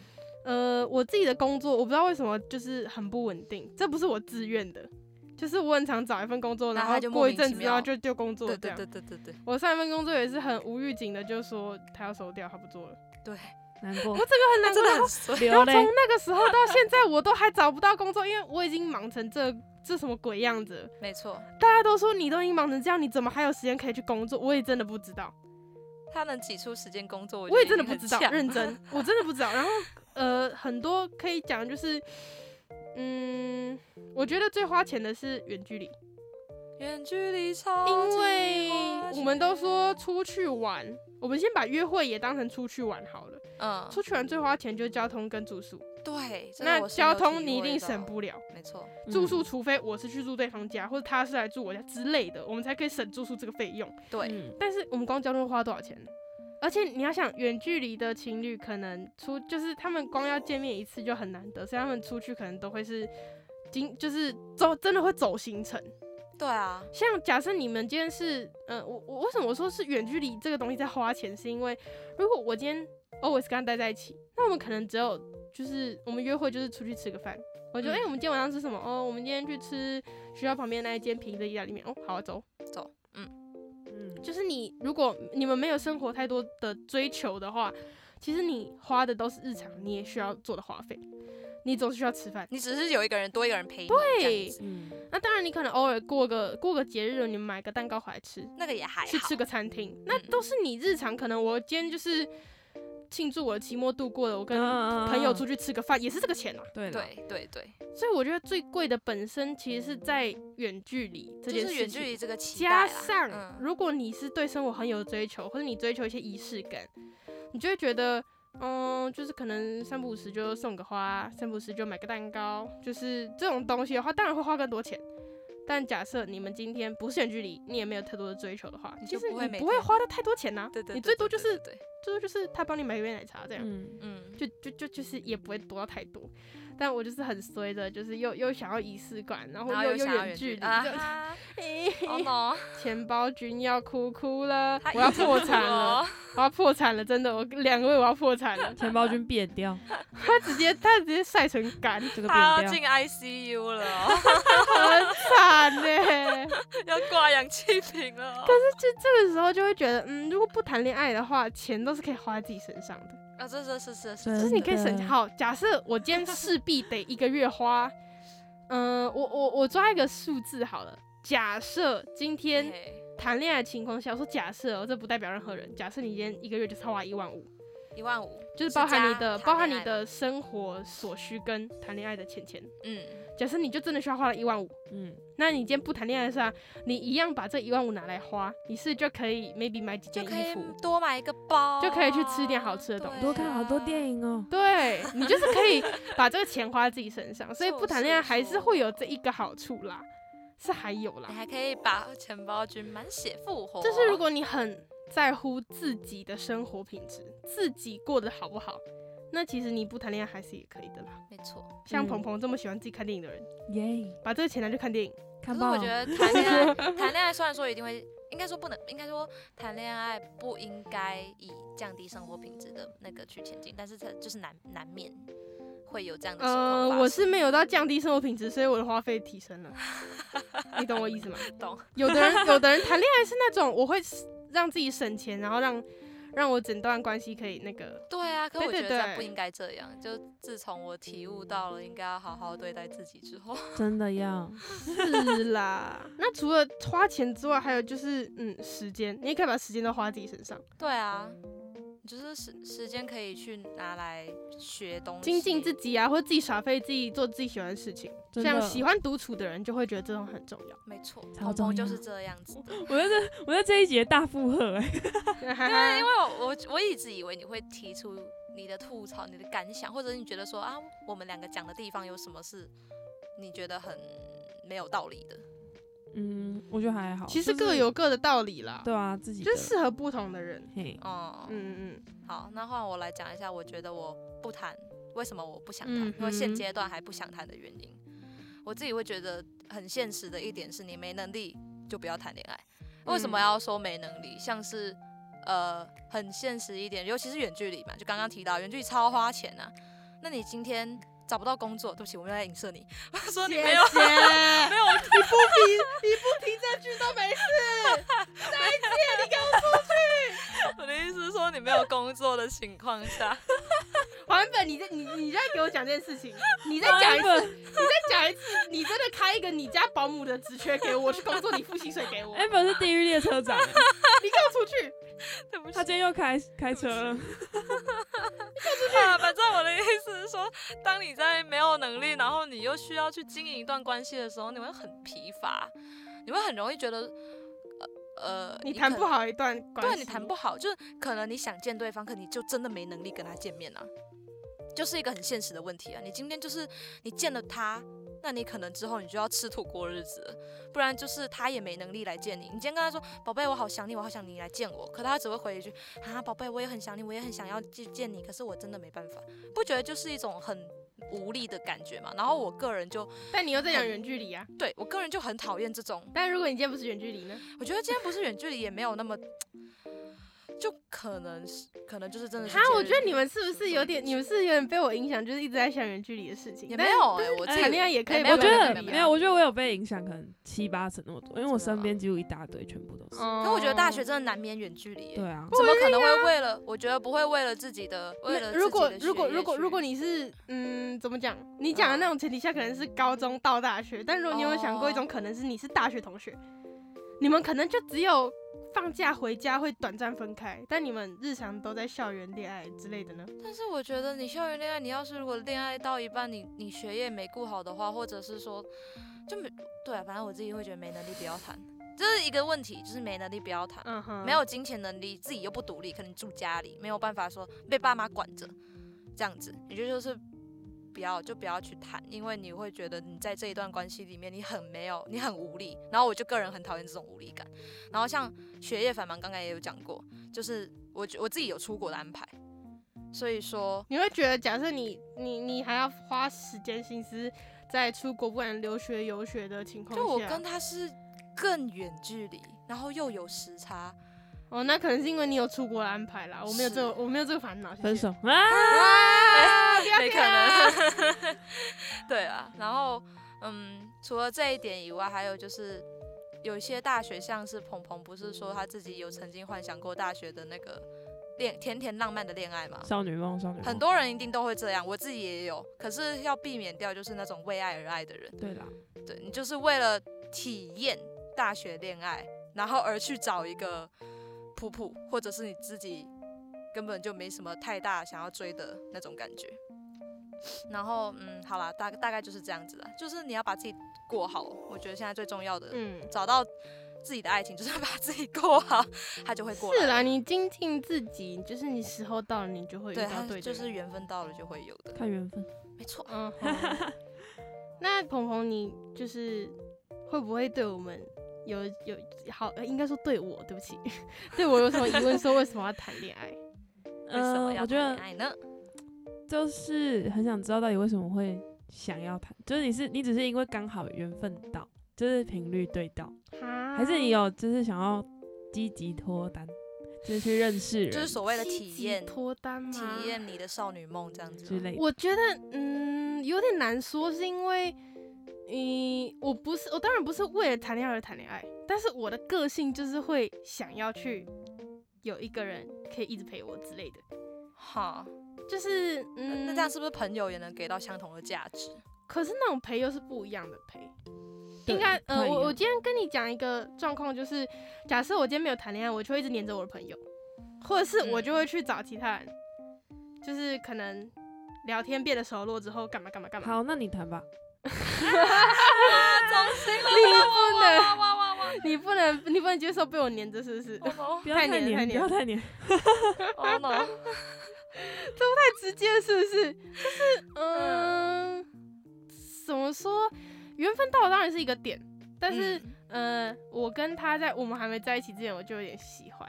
呃，我自己的工作，我不知道为什么就是很不稳定，这不是我自愿的，就是我很常找一份工作，那然他后就莫过一名其阵子，然后妙就就工作对这对样。对对对 对我上一份工作也是很无预警的，就说他要收掉，他不做了，对，难过，很那难真的过。很衰。然后流从泪。那个时候到现在，我都还找不到工作，因为我已经忙成这这什么鬼样子了。没错，大家都说你都已经忙成这样，你怎么还有时间可以去工作？我也真的不知道。他能挤出时间工作，我也觉真得的已不经知道很，强认 真，我真的不知道。然后呃，很多可以讲就是，嗯，我觉得最花钱的是远距离，远距离超级因为花我们都钱说出去玩，我们先把约会也当成出去玩好了。嗯，出去玩最花钱就是交通跟住宿，对，这个那我是交有体通你一会定到省，不了，没错，住嗯宿除非我是去住对方家，或者他是来住我家之类的，我们才可以省住宿这个费用。对，嗯但是我们光交通花多少钱？而且你要想，远距离的情侣可能出就是他们光要见面一次就很难得，所以他们出去可能都会是经就是走真的会走行程。对啊，像假设你们今天是呃，我我为什么我说是远距离这个东西在花钱，是因为如果我今天 always 跟他待在一起，那我们可能只有就是我们约会就是出去吃个饭。我就嗯哎、诶我们今天晚上吃什么？哦，我们今天去吃学校旁边那一间便宜的意大利面。哦，好啊，走。嗯，就是你如果你们没有生活太多的追求的话，其实你花的都是日常你也需要做的花费，你总是需要吃饭。你只是有一个人多一个人陪你，对对嗯那当然，你可能偶尔过个过个节日，你们买个蛋糕回来吃，那个也还好，嗯去吃个餐厅，那都是你日常。可能我今天就是庆祝我的期末度过了，我跟啊朋朋友出去吃个饭，也是这个钱啊。对啦，对对对，所以我觉得最贵的本身其实是在远距离这就件是事远距情。离这个期加待啦上，嗯如果你是对生活很有追求，或者你追求一些仪式感，你就会觉得，嗯，就是可能三不五时就送个花，三不五时就买个蛋糕，就是这种东西的话，当然会花更多钱。但假设你们今天不是远距离，你也没有太多的追求的话，你其就实不会你每不会天花的太多钱呐、对对，你对最多对就对是对对最多就是他帮你买一杯奶茶这样。嗯，，嗯，就就就就是也不会多到太多，但我就是很衰的，就是又又想要仪式感，然后然后又想要远距离，啊 就 哈，嘿嘿哦 no，钱包君要哭哭了他，我要已经破哭哦产了，，我要破产了，真的，我两位我要破产了钱包君变掉，他直接他直接晒成干，这个他变要掉进，ICU 了哦，很惨呢、 要挂氧气瓶了哦，这个时候就会觉得，嗯，如果不谈恋爱的话，钱都是可以花在自己身上的，啊，这这是是是，就就是你可以省下。好，假设我今天势必得一个月花，嗯、我我我抓一个数字好了，假设今天谈恋爱的情况下，我说假设、哦，这不代表任何人。假设你今天一个月就是花一万五，一万五，就是是包含加你的谈包含恋你爱的生活所需跟谈恋爱的钱钱。嗯，假设你就真的需要花了一万五，嗯，那你今天不谈恋爱的时候啊，你一样把这一万五拿来花，你是就可以 maybe 买几就件可衣以服，多买一个包，啊就可以去吃点好吃的东西多看好多电影。影哦。对你就是可以把这个钱花在自己身上，所以哦不谈恋爱还是会有这一个好处啦，是还有啦你，还可哦以把钱包均满血复活。就是如果你很在乎自己的生活品质，自己过得好不好，那其实你不谈恋爱还是也可以的啦。没错，像嗯鹏鹏这么喜欢自己看电影的人，耶，把这个钱拿去看电影，可看是吧我。觉得谈恋 爱，谈恋爱虽然说一定会，应该说不能，应该说谈恋爱不应该以降低生活品质的那个去前进，但是它就是难难免会有这样的情况发呃，生。我是没有到降低生活品质，所以我的花费提升 了，你懂我意思吗？懂。有的人，有的人谈恋爱是那种我会让自己省钱，然后让让我整段关系可以那个，对啊，可对我对觉得这样对不应该这样。就自从我体悟到了应该要好好对待自己之后， 真的要，是啦。那除了花钱之外，还有就是嗯，时间，你也可以把时间都花在自己身上，对啊，就是时时间可以去拿来学东西，精进自己啊，或者自己耍废，自己做自己喜欢的事情。真像的喜欢独处的人就会觉得这种很重 要。没错，超鹏重鹏就要是这样子的。我在这我在这一节大附和哎、对，因为我我我一直以为你会提出你的吐槽、你的感想，或者你觉得说啊，我们两个讲的地方有什么是你觉得很没有道理的？嗯，我觉得还好。其实就是各有各的道理啦，对啊，自己就的是适合不同的人。嘿，哦、嗯嗯嗯，好，那换我来讲一下，我觉得我不谈，为什么我不想谈？嗯因为现哼阶段还不想谈的原因，我自己会觉得很现实的一点是你没能力就不要谈恋爱。为什么嗯要说没能力？像是呃很现实一点，尤其是远距离嘛，就刚刚提到远距离超花钱啊。那你今天找不到工作，对不起，我没有在影射你， 我说你没有谢谢没有， 我你不提你不提这句都没事。我的意思是说你没有工作的情况 下，还本，你在你你在给我讲这件事情，你再讲一次，你再讲一次，你真的开一个你家保姆的职缺给我，我去工作，你付薪水给 我，你 amber 是地狱列车长欸、给我出去。对不起他。今天又开开车了。啊，反正我的意思是说，当你在没有能力，然后你又需要去经营一段关系的时候，你会很疲乏，你会很容易觉得，呃呃，你谈可不，好一段关系，对你谈不好，就是可能你想见对方，可你就真的没能力跟他见面啊，就是一个很现实的问题啊。你今天就是你见了他。那你可能之后你就要吃土过日子了，不然就是他也没能力来见你。你今天跟他说：“宝贝，我好想你，我好想你来见我。”可他只会回一句：“啊，宝贝，我也很想你，我也很想要去见你，可是我真的没办法。”不觉得就是一种很无力的感觉嘛？然后我个人就但你又在讲远距离啊。对我个人就很讨厌这种。但如果你今天不是远距离呢？我觉得今天不是远距离，也没有那么，就可能是可能就是嗯真的是哈节日。，我觉得你们是不是有点，你们是不是有点被我影响，就是一直在想远距离的事情。也但没有哎、我自己谈恋爱也可以哎没没有有没我觉有得没有没有，我觉得我有被影响，可能七八成那么多，因为我真的啊身边几乎一大堆，全部都是。哦可我觉得大学真的难免远距离、对啊，怎么可能会为了？我觉得不会为了自己的，为了那如果自己的如果学业如果去嗯如果你是嗯怎么讲？你讲的那种前提下，可能是高中到大学，但如果你有没有想过一种可哦能是你是大学同学，你们可能就只有放假回家会短暂分开，但你们日常都在校园恋爱之类的呢？但是我觉得你校园恋爱，你要是如果恋爱到一半，你你学业没顾好的话，或者是说就没对啊，反正我自己会觉得没能力不要谈，这是一个问题，就是没能力不要谈，嗯哼，没有金钱能力，自己又不独立，可能住家里没有办法说被爸妈管着，这样子，也就就是不要就不要去谈，因为你会觉得你在这一段关系里面你很没有，你很无力。然后我就个人很讨厌这种无力感。然后像学业繁忙，刚刚也有讲过，就是我觉我自己有出国的安排，所以说你会觉得，假设你你你还要花时间心思在出国，不管留学、游学的情况下，就我跟他是更远距离，然后又有时差，哦，那可能是因为你有出国的安排啦，我没有这个是我没有这个烦恼，谢谢分手啊，啊，没可 能。对啊，然后嗯，除了这一点以外，还有就是有一些大学，像是鹏鹏不是说他自己有曾经幻想过大学的那个恋甜甜浪漫的恋爱吗？少女梦，少女梦。很多人一定都会这样，我自己也有，可是要避免掉就是那种为爱而爱的人，对啦，对你就是为了体验大学恋爱，然后而去找一个普普，或者是你自己根本就没什么太大想要追的那种感觉。然后嗯，好啦，大大概就是这样子啦，就是你要把自己过好，我觉得现在最重要的，嗯，找到自己的爱情， 就是要把自己过好，他就会过来是啦，你精进自己，就是你时候到了，你就会遇对，到他对的就是人缘分到了就会有的，看缘分。没错。嗯， 好那鹏鹏，你就是会不会对我们有有好？呃应该说对我，对不起， 对我有什么疑问？说为什么要谈恋爱？为嗯什么呃要我觉谈得恋爱呢？就是很想知道到底为什么会想要谈，就是你是你只是因为刚好缘分到，就是频率对到，还还是你有就是想要积极脱单，就是去认识人，就是所谓的体验，脱单吗？体验你的少女梦这样子之吗。类的。我觉得，嗯，有点难说，是因为，嗯，我不是，我当然不是为了谈恋爱而谈恋爱，但是我的个性就是会想要去有一个人可以一直陪我之类的，哈，就是，那呃嗯，那这样是不是朋友也能给到相同的价值？可是那种陪又是不一样的陪。对应该，不呃，太一我我样今天跟你讲一个状况，就是假设我今天没有谈恋爱，我就会一直黏着我的朋友，或者是嗯我就会去找其他人，就是可能聊天变得熟络之后，干嘛干嘛干嘛。好，那你谈吧。伤心了，你不能，哇哇哇哇！你不能，你不能接受被我黏着，是不是？哦 no，不要太太黏太黏，不黏要太黏。哦 no，太直接了，是不是？就是，嗯、怎么说？缘分到了当然是一个点，但是，嗯呃，我跟他在我们还没在一起之前，我就有点喜欢，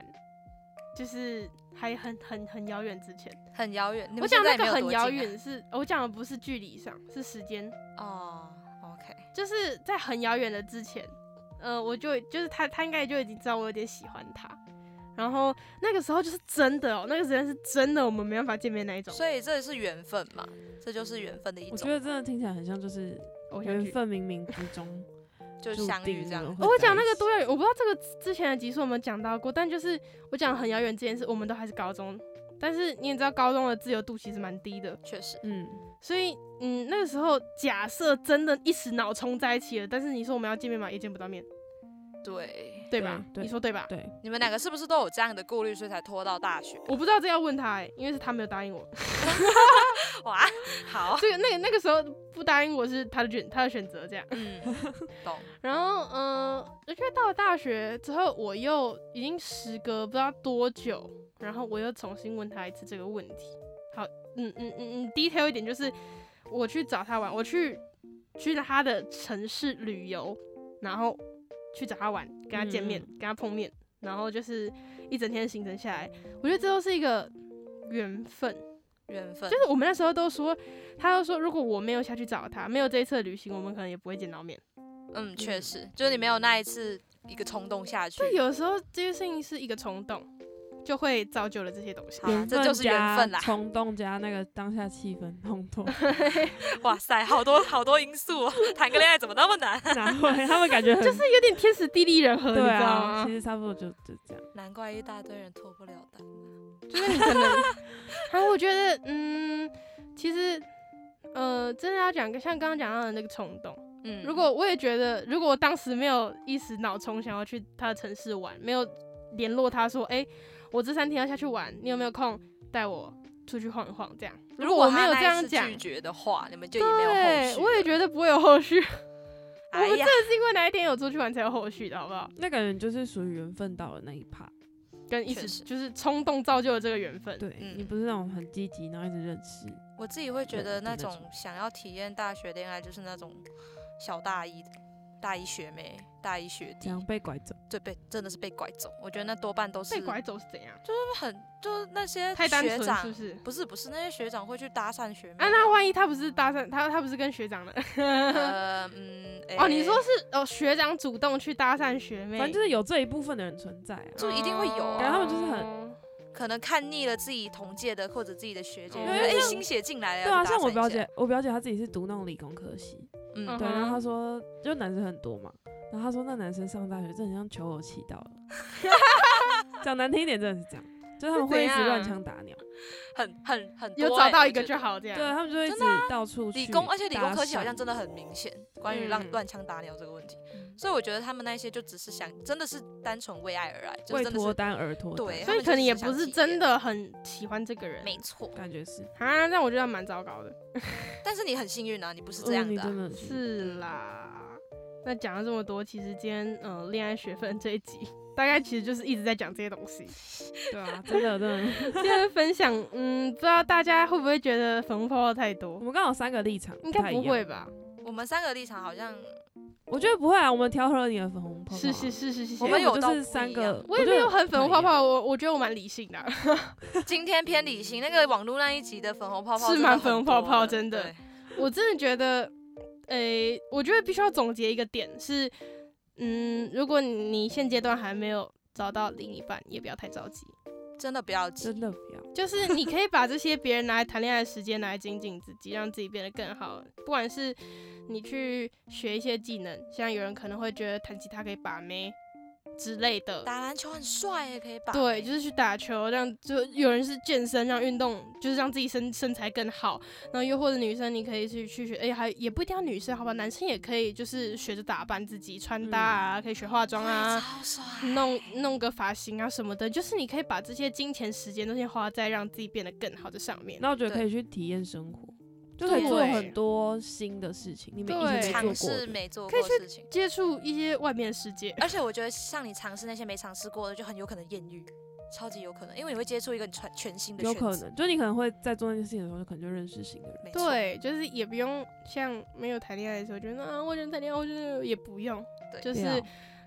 就是还很很很遥远之前。很遥远。你们我讲现在那也没个有很多遥近啊远是，我讲的不是距离上，是时间，哦。OK，就是在很遥远的之前，呃，我就就是他，他应该就已经知道我有点喜欢他。然后那个时候就是真的哦，那个时间是真的，我们没办法见面那一种。所以这也是缘分嘛，这就是缘分的一我觉种，得真的听起来很像就是偶像缘剧。分冥冥之 中就注相遇定这样了。哦我讲那个多多遥远，我不知道这个之前的集数有没有讲到过，但就是我讲很遥远这件事，我们都还是高中，但是你也知道高中的自由度其实蛮低的，确实，嗯，所以嗯，那个时候假设真的一时脑冲在一起了，但是你说我们要见面嘛，也见不到面，对。对吧？对你说对吧？对，你们两个是不是都有这样的顾虑，所以才拖到大学？我不知道这要问他、欸，因为是他没有答应我。哇， 好，这个那个那个时候不答应我是他的选他的选择这样。嗯，懂，然后嗯、呃我觉得到了大学之后，我又已经时隔不知道多久，然后我又重新问他一次这个问题。好，嗯嗯嗯嗯，detail 一点就是我去找他玩，我去去他的城市旅游，然后去找他玩，跟他见面，嗯跟他碰面，然后就是一整天的行程下来，我觉得这都是一个缘分。缘分就是我们那时候都说，他都说如果我没有下去找他，没有这一次的旅行，我们可能也不会见到面。嗯，确实，就是你没有那一次一个冲动下去，所以有时候这些事情是一个冲动，就会造就了这些东西好。啦这就是缘加分啦。冲动加那个当下气 氛烘托，哇塞，好多好多因素啊，谈个恋爱怎么那么难？ 哪会他们感觉就是有点天时地利人和，你对知道 啊，吗其？实差不多就就这样。难怪一大堆人脱不了单。就是你可能，然后我觉得，嗯，其实，呃，真的要讲，像刚刚讲到的那个冲动，嗯如果我也觉得，如果我当时没有一时脑冲想要去他的城市玩，没有联络他说，哎、我这三天要下去玩，你有没有空带我出去晃一晃？这样，如我他没那有这一样次讲拒，绝的话，你们就也没有后对，续。我也觉得不会有后续。 得，我们哎真呀，的是因为哪一天有出去玩才有后续的，好不好？那感觉就是属于缘分到了那一趴。跟一确时实就是冲动造就了这个缘分。对、嗯你不是那种很积极，然后一直认识，我自己会觉得对那就那种想要体验大学恋爱，就是那种小大一、大一学妹、大一学这弟，样被拐走。对被真的是被拐走。我觉得那多半都是被拐走是怎样？就是很就是那些太单学纯长是不是？不是不是，那些学长会去搭讪学妹啊， 那万一他不是搭讪他，他不是跟学 长的？呃嗯，哦，你诶说是哦，学长主动去搭讪学妹，反正就是有这一部分的人存在啊。就一定会有啊感觉他们就是很哦可能看腻了自己同届的或者自己的学姐，嗯觉得哎新血进来了，对啊，要去搭像我讪一表下姐，，我表姐她自己是读那种理工科系，嗯嗯对，然后哼她说就男生很多嘛，然 后她说那男生上大学真的很像求偶祈祷了，讲难听一点真的是这样，就是他们会一直怎样乱枪打鸟，很很很多有欸找到一个我觉就得好，这对样。他们就会一直真的啊到处去理工，而且理工搭科系好讪像真的很明显，关于嗯乱乱枪打鸟这个问题，嗯所以我觉得他们那些就只是想，真的是单纯为爱而来，就为真的脱是单而脱单，对所以可能也不是真的很喜欢这个人，没错。感觉是啊，那我觉得蛮糟糕的。但是你很幸运啊，你不 是嗯这样你的啊、真的是啦，那讲了这么多，其实今天呃恋爱学分这一集，大概其实就是一直在讲这些东 西。对啊，真的真的，今天的分享，嗯，不知道大家会不会觉得粉红泡泡太 我多？们刚好三个立场，应该太一不样会，吧？我们三个立场好像我觉得不会啊，我们调和了你的粉红泡泡啊，是是是是是，我因们为有，有就到是不三一个样，我也没有很粉红泡不太一样，泡，我我觉得我蛮理性的啊、今天偏理性。那个网络那一集的粉红泡泡是真的蛮很粉红泡多泡了真的对我真的觉得，诶、我觉得必须要总结一个点是，嗯，如果你现阶段还没有找到另一半，也不要太着急，真的不要急。真的不要，就是你可以把这些别人拿来谈恋爱的时间拿来精进自己，让自己变得更好。不管是你去学一些技能，像有人可能会觉得弹吉他可以把妹之类的，打篮球很帅耶，可以把对，妹就是去打球，让就有人是健身，让运动就是让自己身身材更好。然后又或者女生，你可以去去学，哎、还也不一定要女生，好吧，男生也可以就是学着打扮自己，穿搭啊，可以学化妆哇啊，超帅， 弄弄个发型啊什么的，就是你可以把这些金钱、时间都先花在让自己变得更好的上面。那我觉得可对以去体验生活，就可以做对很多新的事情，你们以对前没尝做过试的，没做可以过的事情。接触一些外面的世界，而且我觉得像你尝试那些没尝试过的，就很有可能艳遇，超级有可能，因为你会接触一个全全新的圈有子。可能，就你可能会在做那件事情的时候，就可能就认识新的人。没错，对，就是也不用像没有谈恋爱的时候觉得啊，我想谈恋爱，我就是也不用，对就不是要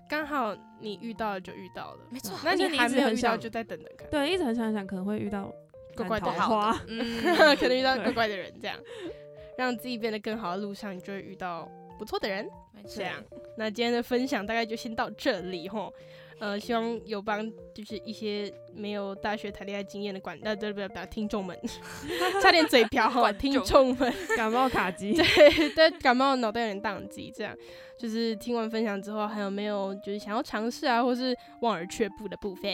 刚好你遇到了就遇到了。没错。那而且你你还一直没有很遇到，想就再等等看， 对，一直很想想，可能会遇到怪烂怪的桃人花， 嗯可能遇到对怪怪的人，这样让自己变得更好的路上，你就会遇到不错的人。没这错，样，那今天的分享大概就先到这里吼。呃，希望有帮就是一些没有大学谈恋爱经验的管呃，对不对？不对听众们， 差点嘴瓢哈，观听众众们， 感冒卡机。对对，感冒脑袋有点宕机，这样就是听完分享之后，还有没有就是想要尝试啊，或是望而却步的部分，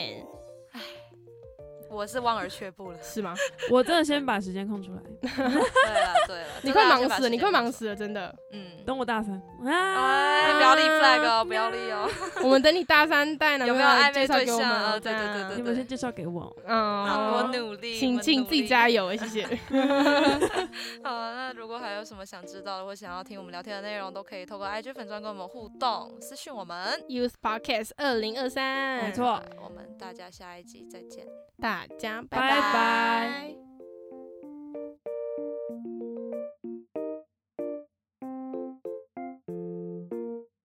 我是望而却步了。是吗？我真的先把时间空出来，对了对了，真的你快要忙先把死了，时你间快忙弄死了，真的。出来。嗯，等我大三啊，哎，不要立 flag 哦，不要立哦。我们等你大三带男有朋没友有来暧介昧绍对给我们象哦，啊对对这对样对你们先介绍给我。 好嗯我，努力，请我请努自己力 加。油，谢谢。好，那如果还有什么想知道的或想要听我们聊天的内容，都可以透过 IG 粉专跟我们互动，私讯我们。 Use Podcast 二零二三，没错，我们大家下一集再见。大家拜拜拜。